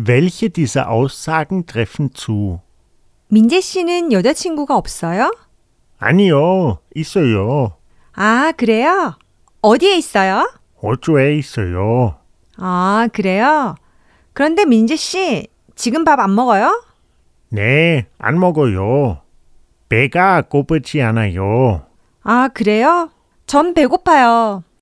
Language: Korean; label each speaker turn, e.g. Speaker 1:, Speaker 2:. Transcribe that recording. Speaker 1: Welche dieser Aussagen treffen zu?
Speaker 2: 민재 씨는 여자친구가 없어요?
Speaker 1: 아니요, 있어요.
Speaker 2: 아, 그래요? 어디에 있어요?
Speaker 1: 호주에 있어요.
Speaker 2: 아, 그래요? 그런데 민재 씨, 지금 밥 안 먹어요?
Speaker 1: 네, 안 먹어요. 배가 고프지 않아요.
Speaker 2: 아, 그래요? 전 배고파요.